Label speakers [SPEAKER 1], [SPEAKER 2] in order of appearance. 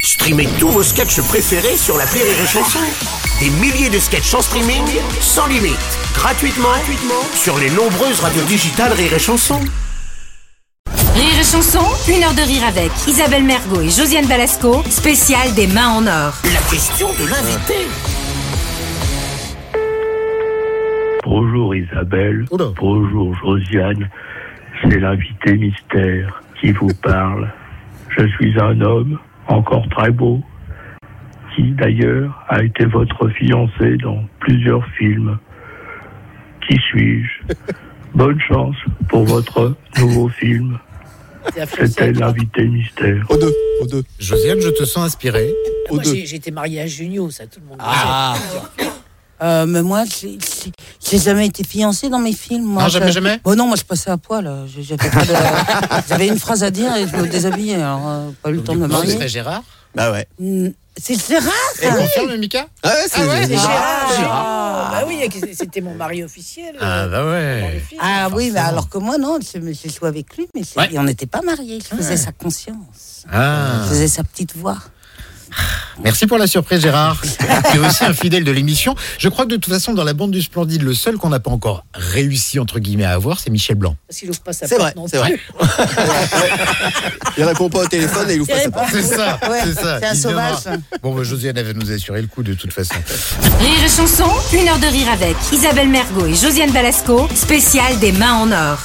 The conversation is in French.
[SPEAKER 1] Streamez tous vos sketchs préférés sur la Rire et Chanson. Des milliers de sketchs en streaming, sans limite, gratuitement, gratuitement sur les nombreuses radios digitales Rire et Chanson.
[SPEAKER 2] Rire et chanson, une heure de rire avec Isabelle Mergot et Josiane Balasco, spécial des mains en or.
[SPEAKER 1] La question de l'invité.
[SPEAKER 3] Bonjour Isabelle.
[SPEAKER 4] Oula.
[SPEAKER 3] Bonjour Josiane. C'est l'invité mystère qui vous parle. Je suis un homme encore très beau qui d'ailleurs a été votre fiancé dans plusieurs films. Qui suis-je Bonne chance pour votre nouveau film. C'était l'invité mystère.
[SPEAKER 4] Au deux, au deux,
[SPEAKER 5] Josiane, je te sens inspirée.
[SPEAKER 4] au
[SPEAKER 6] Moi,
[SPEAKER 4] deux.
[SPEAKER 6] j'ai- j'étais mariée à Junio, ça, tout le monde le
[SPEAKER 5] Ah,
[SPEAKER 6] sait. Euh, mais moi, j'ai- j'ai j'ai jamais été fiancée dans mes films. Moi,
[SPEAKER 5] Non, jamais,
[SPEAKER 6] Je-
[SPEAKER 5] jamais
[SPEAKER 6] Bon, non, moi, je passais à poil. euh, j'ai- J'avais pas de- j'avais une phrase à dire et je me déshabillais. Alors, euh, pas eu le temps de me
[SPEAKER 5] non, ce
[SPEAKER 6] marier.
[SPEAKER 5] serait Gérard.
[SPEAKER 4] Bah ouais.
[SPEAKER 6] Mm, C'est Gérard,
[SPEAKER 5] Et
[SPEAKER 6] ça
[SPEAKER 5] confirme, Mika
[SPEAKER 4] Ah ouais, c'est
[SPEAKER 5] ouais, c'est
[SPEAKER 4] Ah,
[SPEAKER 5] Gérard.
[SPEAKER 7] Ah oui, c'était mon mari officiel.
[SPEAKER 5] Ah, bah ouais.
[SPEAKER 6] Ah oui, mais alors que moi, non, je me- j'ai joué avec lui, mais c'est-
[SPEAKER 5] Ouais.
[SPEAKER 6] et on n'était pas mariés. Je faisais sa conscience.
[SPEAKER 5] Ah.
[SPEAKER 6] Je faisais sa petite voix.
[SPEAKER 5] Merci pour la surprise, Gérard. Tu es aussi un fidèle de l'émission. Je crois que de toute façon, dans la bande du Splendide, le seul qu'on n'a pas encore réussi, entre guillemets, à avoir, c'est Michel Blanc.
[SPEAKER 7] Parce qu'il ouvre pas sa
[SPEAKER 4] C'est vrai,
[SPEAKER 7] porte non
[SPEAKER 4] c'est
[SPEAKER 7] plus.
[SPEAKER 4] vrai. Il répond pas au téléphone et il ouvre pas sa porte.
[SPEAKER 5] C'est ça,
[SPEAKER 6] Ouais,
[SPEAKER 5] c'est ça.
[SPEAKER 6] c'est un
[SPEAKER 5] Il viendra.
[SPEAKER 6] sauvage.
[SPEAKER 5] Bon, bah, Josiane, elle va nous assurer le coup, de toute façon.
[SPEAKER 2] Rire et chanson, une heure de rire avec Isabelle Mergot et Josiane Balasco, spécial des mains en or.